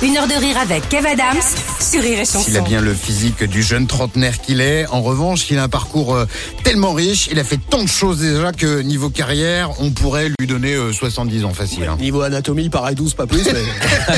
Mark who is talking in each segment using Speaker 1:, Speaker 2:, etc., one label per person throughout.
Speaker 1: Une heure de rire avec Kev Adams sur Rire et Chanson.
Speaker 2: S'il a bien le physique du jeune trentenaire qu'il est, en revanche, il a un parcours euh, tellement riche, il a fait tant de choses déjà que niveau carrière, on pourrait lui donner euh, 70 ans facile. hein.
Speaker 3: Niveau anatomie, pareil 12, pas plus, mais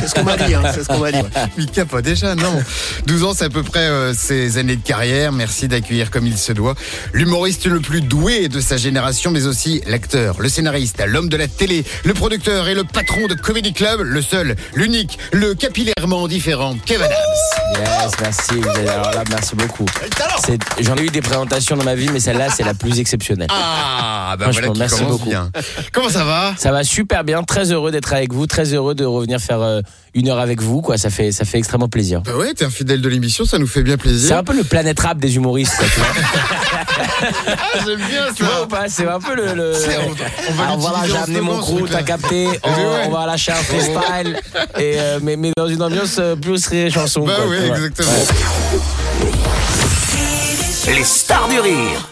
Speaker 3: c'est ce qu'on m'a dit. hein, c'est ce qu'on m'a dit. ouais.
Speaker 2: Mika, pas Ah, déjà, non. 12 ans, c'est à peu près euh, ses années de carrière. Merci d'accueillir comme il se doit l'humoriste le plus doué de sa génération, mais aussi l'acteur, le scénariste, l'homme de la télé, le producteur et le patron de Comedy Club, le seul, l'unique, le capillairement différent, Kevin Adams.
Speaker 4: Yes, merci. vous avez- Alors là, merci beaucoup. C'est- J'en ai eu des présentations dans ma vie, mais celle-là, c'est la plus exceptionnelle.
Speaker 2: Ah, bah
Speaker 4: Franchement,
Speaker 2: voilà qui
Speaker 4: merci
Speaker 2: commence
Speaker 4: beaucoup.
Speaker 2: bien. Comment ça va
Speaker 4: Ça va super bien. Très heureux d'être avec vous. Très heureux de revenir faire euh, une heure avec vous. Quoi, ça fait, ça fait extrêmement plaisir.
Speaker 2: Bah ouais, t'es un fidèle de l'émission, ça nous fait bien
Speaker 4: C'est
Speaker 2: plaisir.
Speaker 4: un peu le planète rap des humoristes, quoi, tu vois.
Speaker 2: Ah, j'aime bien
Speaker 4: Tu vois ou
Speaker 2: ça.
Speaker 4: pas C'est un peu le. le-
Speaker 2: C'est- on- on va
Speaker 4: Alors
Speaker 2: l'utiliser
Speaker 4: voilà, j'ai
Speaker 2: en
Speaker 4: amené
Speaker 2: ce
Speaker 4: mon
Speaker 2: moment, ce
Speaker 4: crew,
Speaker 2: truc-là.
Speaker 4: t'as capté. On,
Speaker 2: Mais ouais.
Speaker 4: on va lâcher un freestyle. et, euh, mais, mais dans une ambiance euh, plus rire et chanson.
Speaker 2: Bah
Speaker 4: quoi,
Speaker 2: oui,
Speaker 4: tu vois.
Speaker 2: exactement.
Speaker 5: Les stars du rire